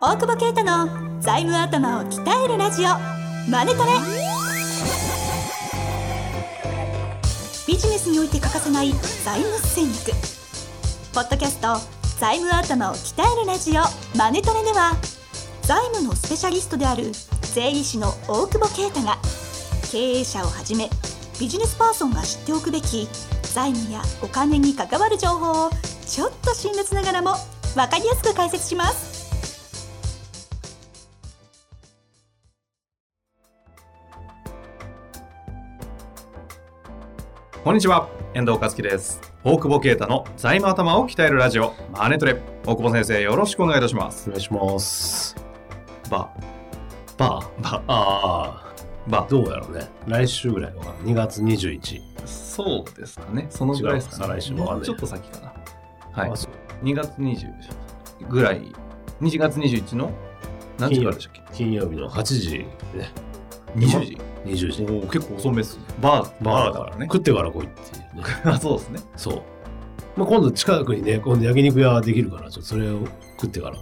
大久保啓太の財務頭を鍛えるラジオマネトレビジネスにおいて欠かせない財務戦略ポッドキャスト財務頭を鍛えるラジオマネトレでは財務のスペシャリストである税理士の大久保啓太が経営者をはじめビジネスパーソンが知っておくべき財務やお金に関わる情報をちょっと辛辣ながらも分かりやすく解説しますこんにちは、遠藤和樹です。大久保啓太の財務頭を鍛えるラジオマネトレ。大久保先生、よろしくお願いいたしますお。願いします。ババーー、バあー、バあ、どうやろうね。来週ぐらいかな。2月21日。ー。そうですかね。そのぐらいですか違うね。再来週わかんないもうちょっと先かな。はいあ。そう2月20ぐらい。2月21の何時からでしたっけ金曜日の8時、ね、 ?20 時。 20時。おお、結構遅めですね。バー、バーだからね。食ってから来いっていうね。 あ、そうですね。 そう。まあ、今度近くにね、今度焼肉屋できるから、ちょっとそれを食ってから。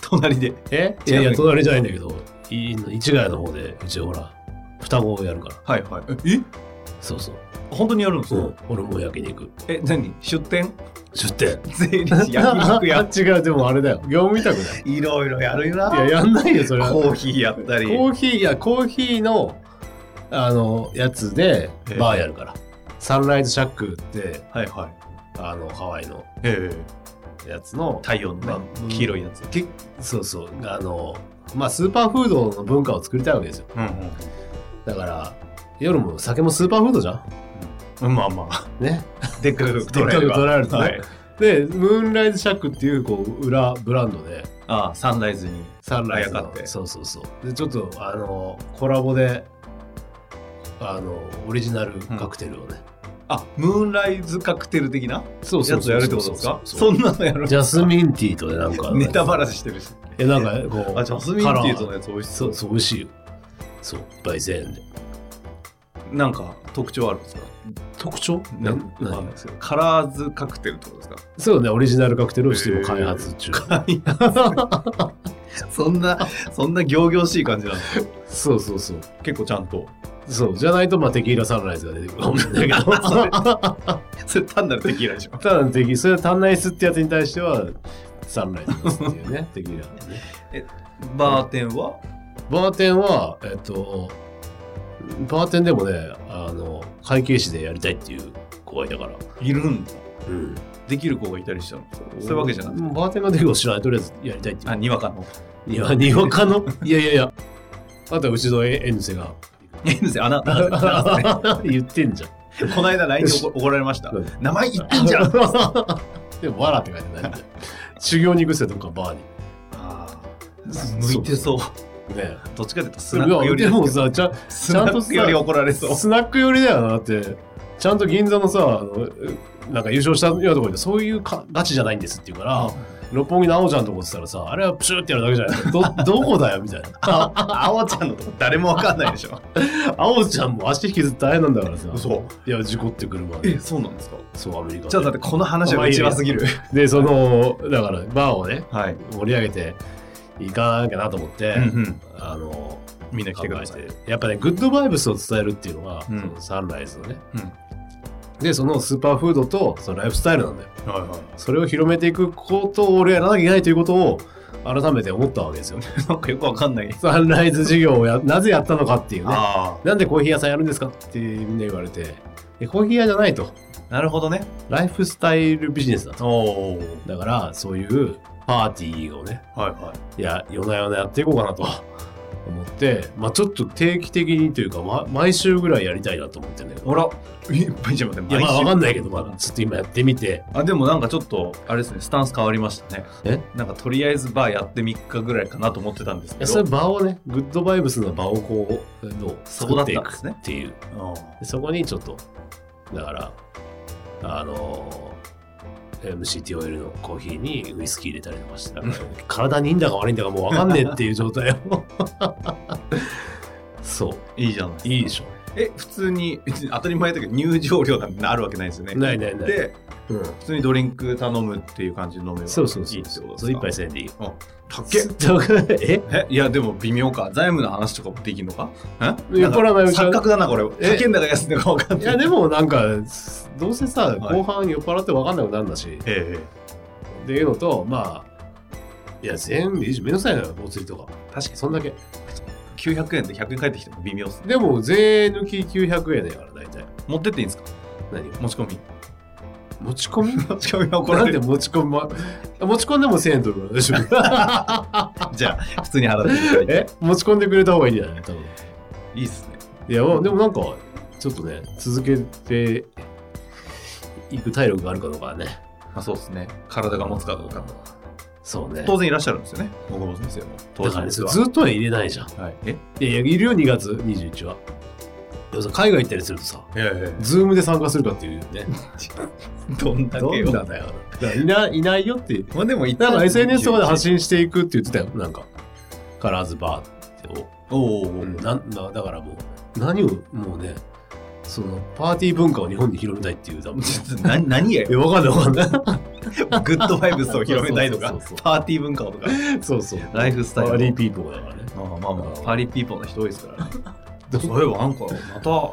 隣で。えいやいや、隣じゃないんだけど、い市ヶ谷の方で、うちほら、双子をやるから。はいはい。え、そうそう。本当にやるんですそか、う俺も焼肉。え、何出店出店。税理士焼肉屋。 違う、でもあれだよ。業務委託だ よ。いろいろやるいな。や、やんないよ、それは。コーヒーやったり。コーヒーいやコーヒーのあのやつでええバーやるから、サンライズシャックってはいはい。あのハワイのええやつの太陽のね、まあうん黄色いやつ。けそうそうあのまあスーパーフードの文化を作りたいわけですようんだから夜も酒もスーパーフードじゃんうん。まあまあ、ね でっかく捉えでれっかば。く捉えるとねはい。でムーンライズシャックっていうこう裏ブランドでああ、サンライズに。サンライズあやのかってそうそうそうでちょっとあのコラボであのオリジナルカクテルをね、あ、ムーンライズカクテル的なそうやつをやるってことですかそんなのやるジャスミンティーとね、なんか。 ネタバラシしてるし。え、なんか、こう。あ、ジャスミンティーとカのラやつ美味しそそうう、。そう、美味しいよ。そう、焙煎で。なんか特徴あるんですか特徴ななわかんない何ですけどカラーズカクテルってことですかそうね、オリジナルカクテルをしても開発中。そんな、 そんな仰々しい感じなんですよそうそうそう。結構ちゃんと。そう、じゃないと、まあ、テキーラサンライズが出てくるかも しれないけど。 それ単なるテキーラでしょ。ただのテキそれは単ナイスってやつに対しては、サンライズですって いうね、テキーラのね。バーテンはバーテンは、えっと、バーテンでもね、あの、会計士でやりたいっていう子がいたから。いるんだ。うん。できる子がいたりしたのそういうわけじゃなくて。もうバーテンができること知らないとりあえずやりたいっていうあ、にわかの。にわにわか のいやいやいやあとはうちのエンセがええですよ、あ なた。言ってんじゃん この間 LINE で怒怒られましたうん。名前言 ってんじゃんでも「わら」って書いてないんだよ修行に行くっすよどっかバーに向いてそう。ねどっちかというとスいナックよやりですけでどもさちゃんスナックより怒られそう。スナック寄りだよなってちゃんと銀座のさあのなんか優勝したようなところでそういうかガチじゃないんですって言うから、六本木の青ちゃんとこ行ってたらさあれはプシューってやるだけじゃないどどこだよみ たいなあ青ちゃんのとこ誰もわかんないでしょ。青ちゃんも足引きずって大変なんだからさ嘘いや事故って車でえ、そうなんですかそうアメリカちょっと待って、この話は一番すぎる。でそのだからバーをねはい。盛り上げていかなきゃなと思って、うんうん。あのみんな来考てくだえさい。てやっぱねグッドバイブスを伝えるっていうのが、うんそのサンライズのね、でそのスーパーフードとそのライフスタイルなんだよはいはい。それを広めていくことを俺はやらなきゃいけないということを改めて思ったわけですよなんかよくわかんない。サンライズ事業をやなぜやったのかっていうねあなんでコーヒー屋さんやるんですかってみんな言われてえコーヒー屋じゃないとあ、なるほどね。ライフスタイルビジネスだとおお。だからそういうパーティーをねはいはいや夜な夜なやっていこうかなと思って、まあ、ちょっと定期的にというか、ま、毎週ぐらいやりたいなと思ってねい。あら、いっぱいじゃん待って。いやまあ毎週分かんないけど、まあ、ちょっと今やってみてあでもなんかちょっとあれですねスタンス変わりましたねえなんかとりあえずバーやって3日ぐらいかなと思ってたんですいけやどそれ場をねグッドバイブスの場をこうどうそうだっ作っていたんでくすねっていううんでそこにちょっとだからあのー MCTOL のコーヒーにウイスキー入れたりとかしてなんか体にいいんだか悪いんだ かもう分かんねえっていう状態をそういいじゃないいいでしょえ普通に 当たり前だけど入場料なんてあるわけないですよねないないない。でうん、普通にドリンク頼むっていう感じで飲めばいいってそこうとそうですそう。かそう、一杯1000円でいいよ。あたっけええいやでも微妙か財務の話とかもできんのかえいやこれはまゆみちゃん錯覚だなこれえ叫んだか安いんだか分かんないいやでもなんかどうせさい後半酔っ払って分かんなくなるんだし、えっていうのとまあいや全部いいしめんどくさいのよお釣りとかえ確かそんだけに900円で100円返ってきても微妙っすでも税抜き900円だから大体持ってっていいんですか何持ち込み持ち込み持ち込みは怒ならんれでる持ち込みま持ち込んでも1000円取るから大丈 夫じゃあ普通に払っていただいて え持ち込んでくれた方がいいんじゃない多分いいっすねいやまあでもなんかちょっとね続けていく体力があるかどうかはねまあそうですね体が持つかどうかとかそうね当然いらっしゃるんですよね大久保先生も当だか然らねですずよっとは入れないじゃんはいえいやいや、いるよ、2月21は。でもさ、海外行ったりするとさ、えズームで参加するかっていうね。えどんだけどんよなだよ。だからいない、いないよっていう。まあでもいなんか SNS とかで発信していくって言ってたよ、なんか。カラーズバーを。おお、うん、なんなだからもう、何を、もうね、その、パーティー文化を日本に広めたいっていう、多分。ちょっと何何やよえ、わかんないわかんない。 グッドファイブスを広めたいとかそうそうそうそパーティー文化をとかそうそう。ライフスタイルパーリーピーポーだからね。まあまあまあ、パーリーピーポーの人多いですからね。どうそういえば、なんか、また、ちょ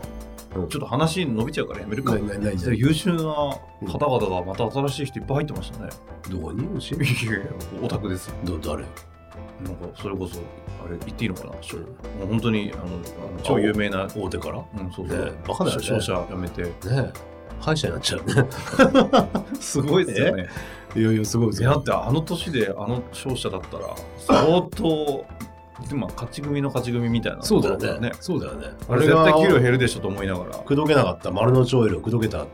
うんっと話伸びちゃうからやめるかな。ななそしたら優秀な方々がまた新しい人いっぱい入ってましたね。どこにしいやいやオタクですよ。ど誰なんか、それこそ、あれ、言っていいのかなしょもう本当に、あの、あの青超有名な、大手からうん、そうそねう。バカだよね商社辞めて。ねえ、歯医者になっちゃうね。 すごいですよね。いやいや、すごいでいや、だって、あの年で、あの商社だったら、相当、今、勝ち組の勝ち組みたいな。そうだよね。。そうだよね。あれ絶対給料減るでしょと思いながら。口説けなかった丸の内オイルを口説けた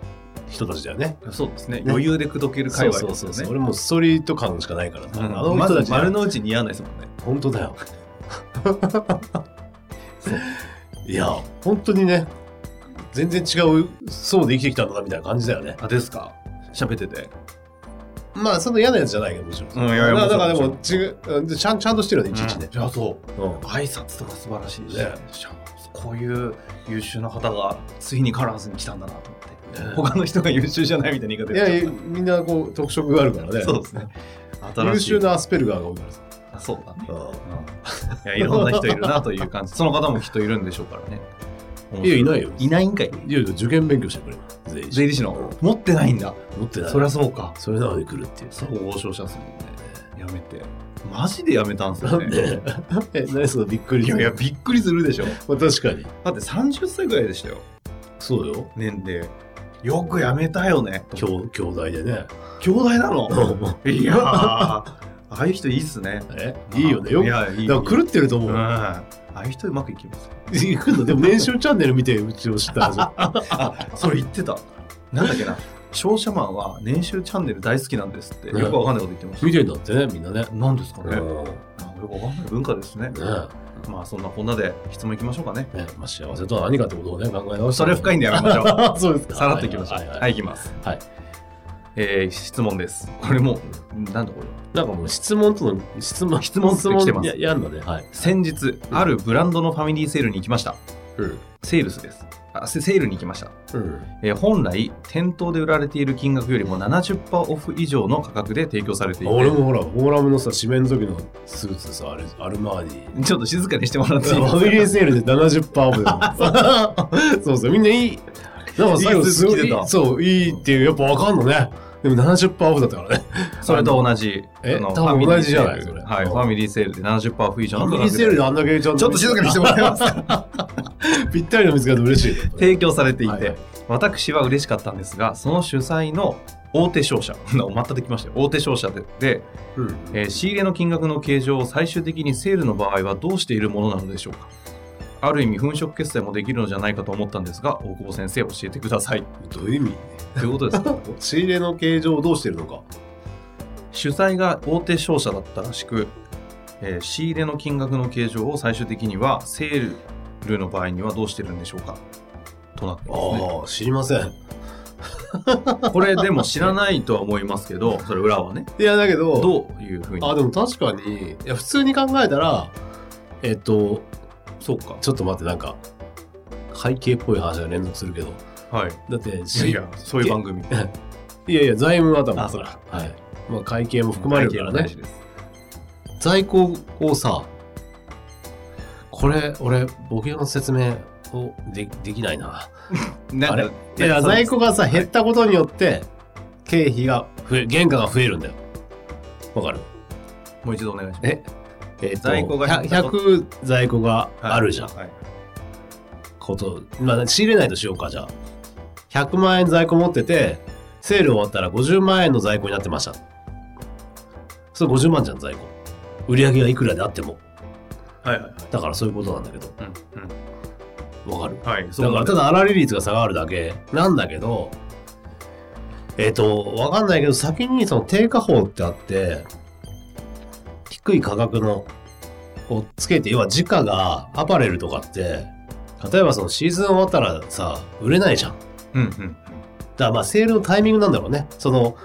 人たちだよね。そうですねね余裕で口説ける界隈ですよね俺もうストリート感しかないからさ。あうんのま人たずち、丸の内似合わないですもんね本当だよ。そういや、本当にね、全然違う層で生きてきたんだなみたいな感じだよね。あですか喋っててまあ、その嫌なやつじゃないけど、もちろん。うんいやいやまあだからもでちろんも違ううんちゃん、ちゃんとしてるよね、いちいちね。いやそううん挨拶とか素晴らしいしねしかもこういう優秀な方がついにカラーズに来たんだなと思って、ね他の人が優秀じゃないみたいな言い方いやいやや、みんなこう特色があるからね。そうですね新優しい秀なアスペルガーが多いからさ。あそうだね、うんうんいやいろんな人いるなという感じその方もきっといるんでしょうからねいや、いないよ。いないんかいいやいや、受験勉強してくれよ。税理士税理士の持ってないんだ持ってない。そりゃそうかそれなのに来るっていう。そう王将者すもんねやめてマジでやめたんですよね え、何そのびっくりいやいやびっくりするでしょまあ、確かに。だって30歳ぐらいでしたよそうよ。年齢よくやめたよね兄兄弟でね。兄弟なのいやーああいう人いいっすねえいいよね。よいく。だかやいいら狂ってると思うんう。ああいう人うまくいきます行くのでも、年収チャンネル見て、うちを知った はあそれ言ってたなんだっけな商社マンは年収チャンネル大好きなんですってねよくわかんないこと言ってまず。し見てんだってね、みんなねた。なんですかうん。ねねなんかよくわかんない文化ですねまあそんなこんなで質問いきましょうかねねまあ、幸せとは何かってことをね、考え直して。それ深いんでやめましょうあ そうですか。さらっといきましょう。はい、はいいはいい、きます。はい。えー質問です。これもう、なんだこれ。なんかもう質問との、質問、質問って来てますややんのね。はい。先日、あるブランドのファミリーセールに行きました。うん。セールスです。あ、セセールに行きました。うん。えー本来、店頭で売られている金額よりも70%オフ以上の価格で提供されていて、俺もほら、フォーラムのさ、紙面の時のスーツでさ、あれ、アルマーニちょっと静かにしてもらっていいですフかァミリーセールで70%オフだそうそう、みんないい。なんかいいよすご好きいでたそう、いいっていう、やっぱわかんのね。でも70%オフだったからね。それと同じ。えあの多分ファミリー同じじゃないセールそれはい。うんファミリーセールで70%オフ以上ファの価ミ格リーセールであんだけちゃんと。ちょっと静かにしてもらえますかぴったりの店があって嬉しいよ。提供されていて、はいはい私は嬉しかったんですがその主催の大手商社 またできましたよ大手商社でで、うんえー仕入れの金額の計上を最終的にセールの場合はどうしているものなのでしょうかある意味粉飾決済もできるのじゃないかと思ったんですが大久保先生教えてくだ さいどういう意味ということですか仕入れの形状をどうしてるのか。主催が大手商社だったらしく、えー仕入れの金額の計上を最終的にはセールの場合にはどうしてるんでしょうかとなってますねああ、知りません。これでも知らないとは思いますけどそれ裏はねいや、だけど、どういうふうにあ、でも確かに、いや、普通に考えたら、えっと、そうかちょっと待って、なんか、会計っぽい話が連続するけどはい。だっていやいや、そういう番組。いやいや財務頭あそうだはいまあ、会計も含まれるから会計ねは大事です在庫をさこれ俺ボケの説明をでできないななんかあいやそう在庫がさ減ったことによって経費が増え原価が増えるんだよわかるもう一度お願いします。ええっと在庫が減ったこと100在庫があるじゃん、はい。こと、まあ、仕入れないとしようかじゃあ100万円在庫持っててセール終わったら50万円の在庫になってましたそれ50万じゃん在庫売り上げがいくらであってもはいはい。だからそういうことなんだけどうんうんわかるはい、そだうからただ粗利率が下がるだけなんだけどえっ、とわかんないけど先にその定価法ってあって低い価格のをつけて要は時価がアパレルとかって例えばそのシーズン終わったらさ売れないじゃんうんうん。だからまあセールのタイミングなんだろうね。その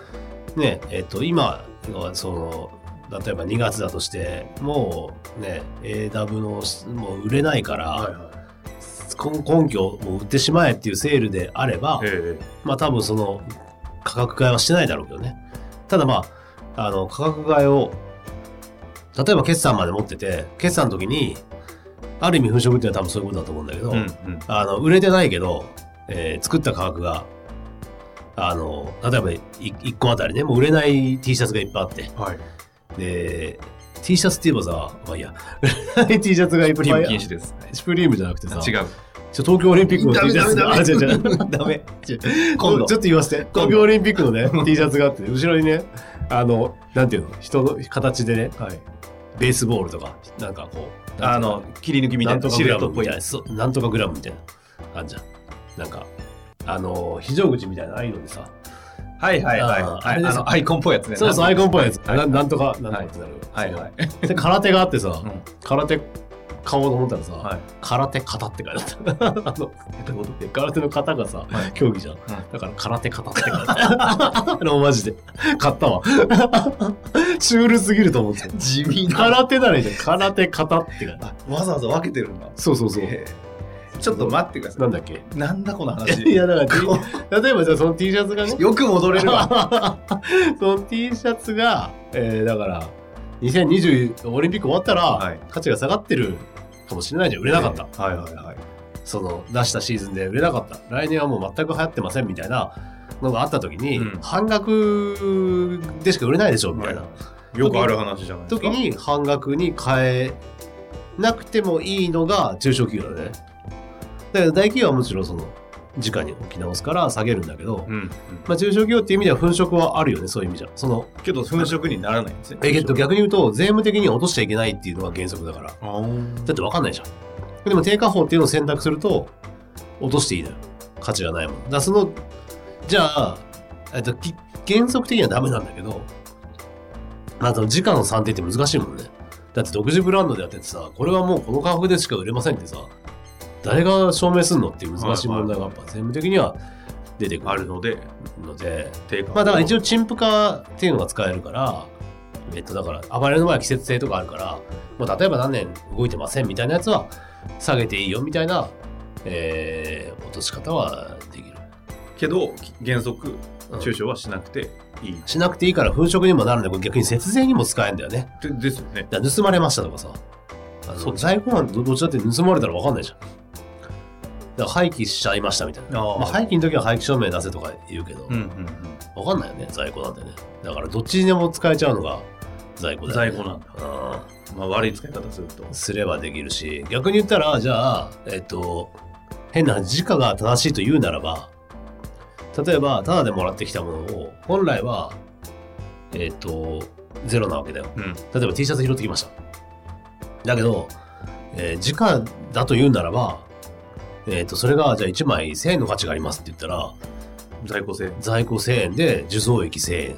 ねえっと今はその例えば2月だとしてもうね AW のもう売れないから、はいはい。根根拠を売ってしまえっていうセールであれば、えまあ多分その価格買いはしてないだろうけどね。ただまあ、あの価格買いを、例えば決算まで持ってて、決算の時に、ある意味粉飾っていうのは多分そういうことだと思うんだけど、えうんうん。あの売れてないけど、えー作った価格が、あの、例えばい1個あたりね、もう売れない T シャツがいっぱいあって、はい。で、T シャツって言えばさ、まあいいや、売れない T シャツがいっプぱリいムあ禁止です。スプリームじゃなくてさ、違う。ちょ東京オリンピックの T シャツが、ダメダメダメ違う違うダメ。今度ちょっと言わせて。東京オリンピックのね、T シャツがあって、後ろにね、あの、なんていうの、人の形でね、ベースボールとか、なんかこう、あの、切り抜きみなたいんとなかシグルエラットムっぽみいたいな、そうなんとかグラムみたいな、あんじゃん。なんか、あの、非常口みたいな、ああいうのでさ、はいはいはい。あーはあれいですあの、アイコンっぽいやつね。そうそう、アイコンっぽいやつ、はいななんとか、なんとかってなる。はいはい。そうで、空手があってさうん、空手買おうと思ったらさ、はい。空手型って書いてあった。あのってことで空手の型がさ、はい競技じゃん、だから空手型って書いて あるローマ字で買ったわ シュールすぎると思って地味。空手ならいいじゃん空手型って書いてあるあわざわざ分けてるんだ。そうそうそう、へえちょっと待ってくださなんだっけい。なんだこのい話。やだから例えばじゃあその T シャツがね よく戻れるわ。 その T シャツが、えーだから2020オリンピック終わったら、はい価値が下がってるかもしれないじゃん売れなかった、はいはいはい。その出したシーズンで売れなかった来年はもう全く流行ってませんみたいなのがあった時に、うん半額でしか売れないでしょみたいな、よくある話じゃないです時か。に半額に変えなくてもいいのが中小企業だねだけど大企業はむしろその直に置き直すから下げるんだけど、うんうん。まあ、中小企業っていう意味では粉飾はあるよねそういう意味じゃそのけど、粉飾にならないんですね。えっと逆に言うと税務的には落としちゃいけないっていうのが原則だからあーだって分かんないじゃん。でも定価法っていうのを選択すると、落としていいのよ。価値がないもん。だからその、じゃあ、えっと、き原則的にはダメなんだけど、あと、時価の算定って難しいもんね。だって独自ブランドでやっててさ、これはもうこの価格でしか売れませんってさ、誰が証明するのっていう難しい問題がやっぱ全部的には出てくあるるので、ので、定価。まあだから一応陳腐化っていうのが使えるから、えっとだから暴れの前は季節性とかあるから、まあ、例えば何年動いてませんみたいなやつは下げていいよみたいな、えー落とし方はできる。けど、原則、うん中傷はしなくていい。しなくていいから粉飾にもなるんで、これ逆に節税にも使えるんだよね。でですよね。だから盗まれましたとかさ。あのそう在庫なんてどどっちだって盗まれたら分かんないじゃん。だから廃棄しちゃいましたみたいな。あーまあ、廃棄の時は廃棄証明出せとか言うけど、うんうん分かんないよね、在庫なんてね。だからどっちにでも使えちゃうのが在庫うん。だよね。在庫なんだ。うんまあ、悪い使い方すると。すればできるし逆に言ったらじゃあえっと変な時価が正しいと言うならば例えばタダでもらってきたものを本来はえっとゼロなわけだようん。例えば T シャツ拾ってきましただけど、えー時価だと言うならばえっとそれがじゃあ1枚1000円の価値がありますって言ったら在庫制。在庫1000円で受贈益1000円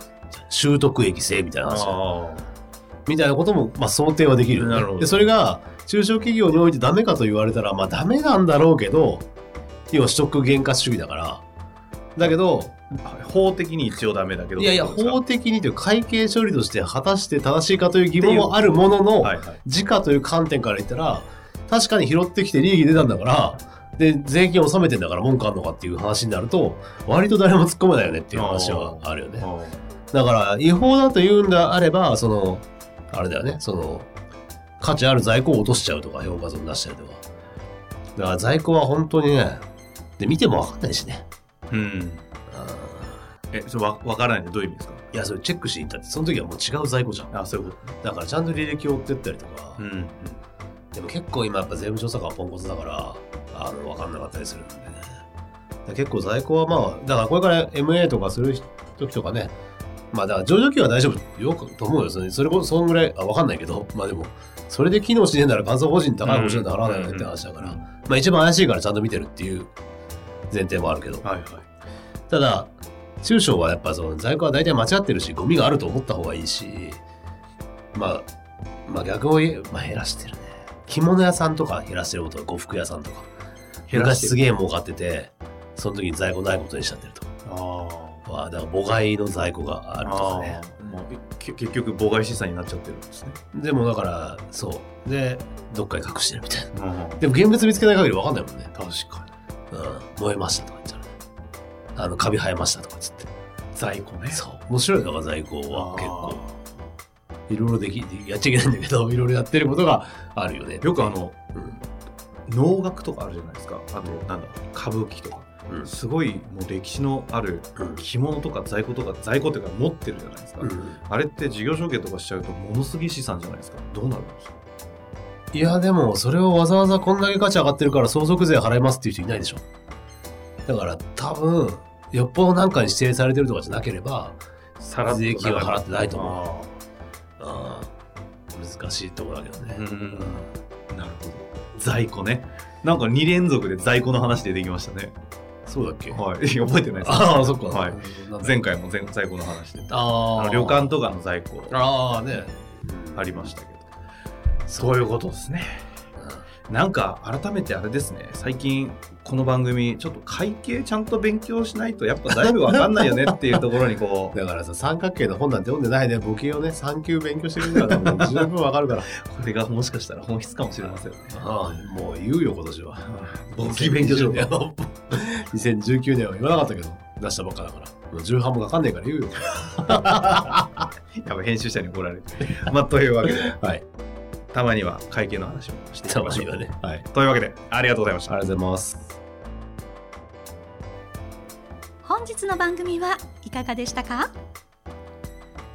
習得益1000円みたいな話あみたいなことも、まあ、想定はできるよね、なるほどでそれが中小企業においてダメかと言われたらまあダメなんだろうけど要は取得原価主義だからだけどあ。法的に一応ダメだけど。いやいやどうですか法的にというか会計処理として果たして正しいかという疑問もあるもののはいはい。時価という観点から言ったら確かに拾ってきて利益出たんだからで税金納めてんだから文句あんのかっていう話になると割と誰も突っ込めないよねっていう話はあるよねあだから違法だと言うんであればそのあれだよねその価値ある在庫を落としちゃうとか評価損出したりとかだから在庫は本当にねで見ても分かんないしねーうん。え、それわわからないってどういう意味ですかいやそれチェックしていったってその時はもう違う在庫じゃんあそういうこだからちゃんと履歴を追ってったりとか、と。うん。でも結構今やっぱ税務調査官はポンコツだからあの分かんなかったりするんでねだから結構在庫はまあだからこれから MA とかする時とかねまあだから上場期は大丈夫よくと思うよそれそれこそそんぐらいあ分かんないけどまあでもそれで機能しねえなら関総法人高い保証なんて払わないよねって話だから、うんまあ一番怪しいからちゃんと見てるっていう前提もあるけどはいはい。ただ中小はやっぱその在庫は大体間違ってるしゴミがあると思った方がいいしまあまあ逆を言え、まあ、減らしてるね着物屋さんとか減らしてることは呉服屋さんとか減ら昔してする。げえ儲かっててその時に在庫ないことにしちゃってるとかあまあだから母外の在庫がああ。るとかねあーもうけ結局、妨害資産になっちゃってるんですね。でもだからそうでどっかに隠してるみたいなうん。でも現物見つけない限り分かんないもんね、確かに。うん、燃えましたとか言っちゃうねあのカビ生えましたとかっつって在庫ね。そう面白いのが在庫は結構あいろいろでき、やっちゃいけないんだけど、い ろいろやってることがあるよね。ー。よくあ、の、うん、農学とかあるじゃないですか。あと、なんだ、歌舞伎とか。うん、すごいもう歴史のあるうん着物とか在庫とか在庫っていうか持ってるじゃないですか、うん。あれって事業承継とかしちゃうとものすごい資産じゃないですかどうなるんですかいや、でも、それをわざわざこんだけ価値上がってるから相続税払いますっていう人いないでしょ。だから、多分、よっぽどなんかに指定されてるとかじゃなければ、さらっと税金は払ってないと思思あー難しいところだけどね。うんなるほど在庫ねなんか2連続で在庫の話出てきましたねそうだっけはい 覚えてないです ああ、そっか。はいなんだ前回も前在庫の話であああの旅館とかの在庫ああ、ね。ありましたけどそういうことですねなんか改めてあれですね最近この番組ちょっと会計ちゃんと勉強しないとやっぱだいぶ分かんないよねっていうところにこう だからさ、三角形の本なんて読んでないね。ボケをね、3級勉強してるんだから、もう十分わかるから。これがもしかしたら本質かもしれませんね。ああ、もう言うよ、今 年は。簿記勉強しろよう。2019年は言わなかったけど、出したばっかだから。もう重版もかかんねえから 言うよ。やっぱ編集者に怒られる。まあ、というわけで、はい。たまには会計の話もしていき たまましょにう。はね。はい。ありというわけで、ありがとうございましたが。とうございます。本日の番組はいかがでしたか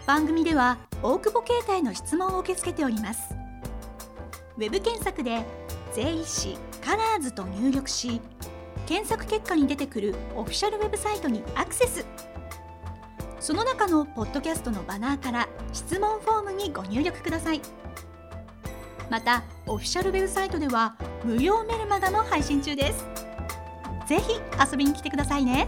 番組では大久保携帯の質問を受け付けておりますウェブ検索で「税理士カラーズと入力し検索結果に出てくるオフィシャルウェブサイトにアクセスその中のポッドキャストのバナーから質問フォームにご入力くださいまたオフィシャルウェブサイトでは無料メルマガも配信中ですぜひ遊びに来てくださいね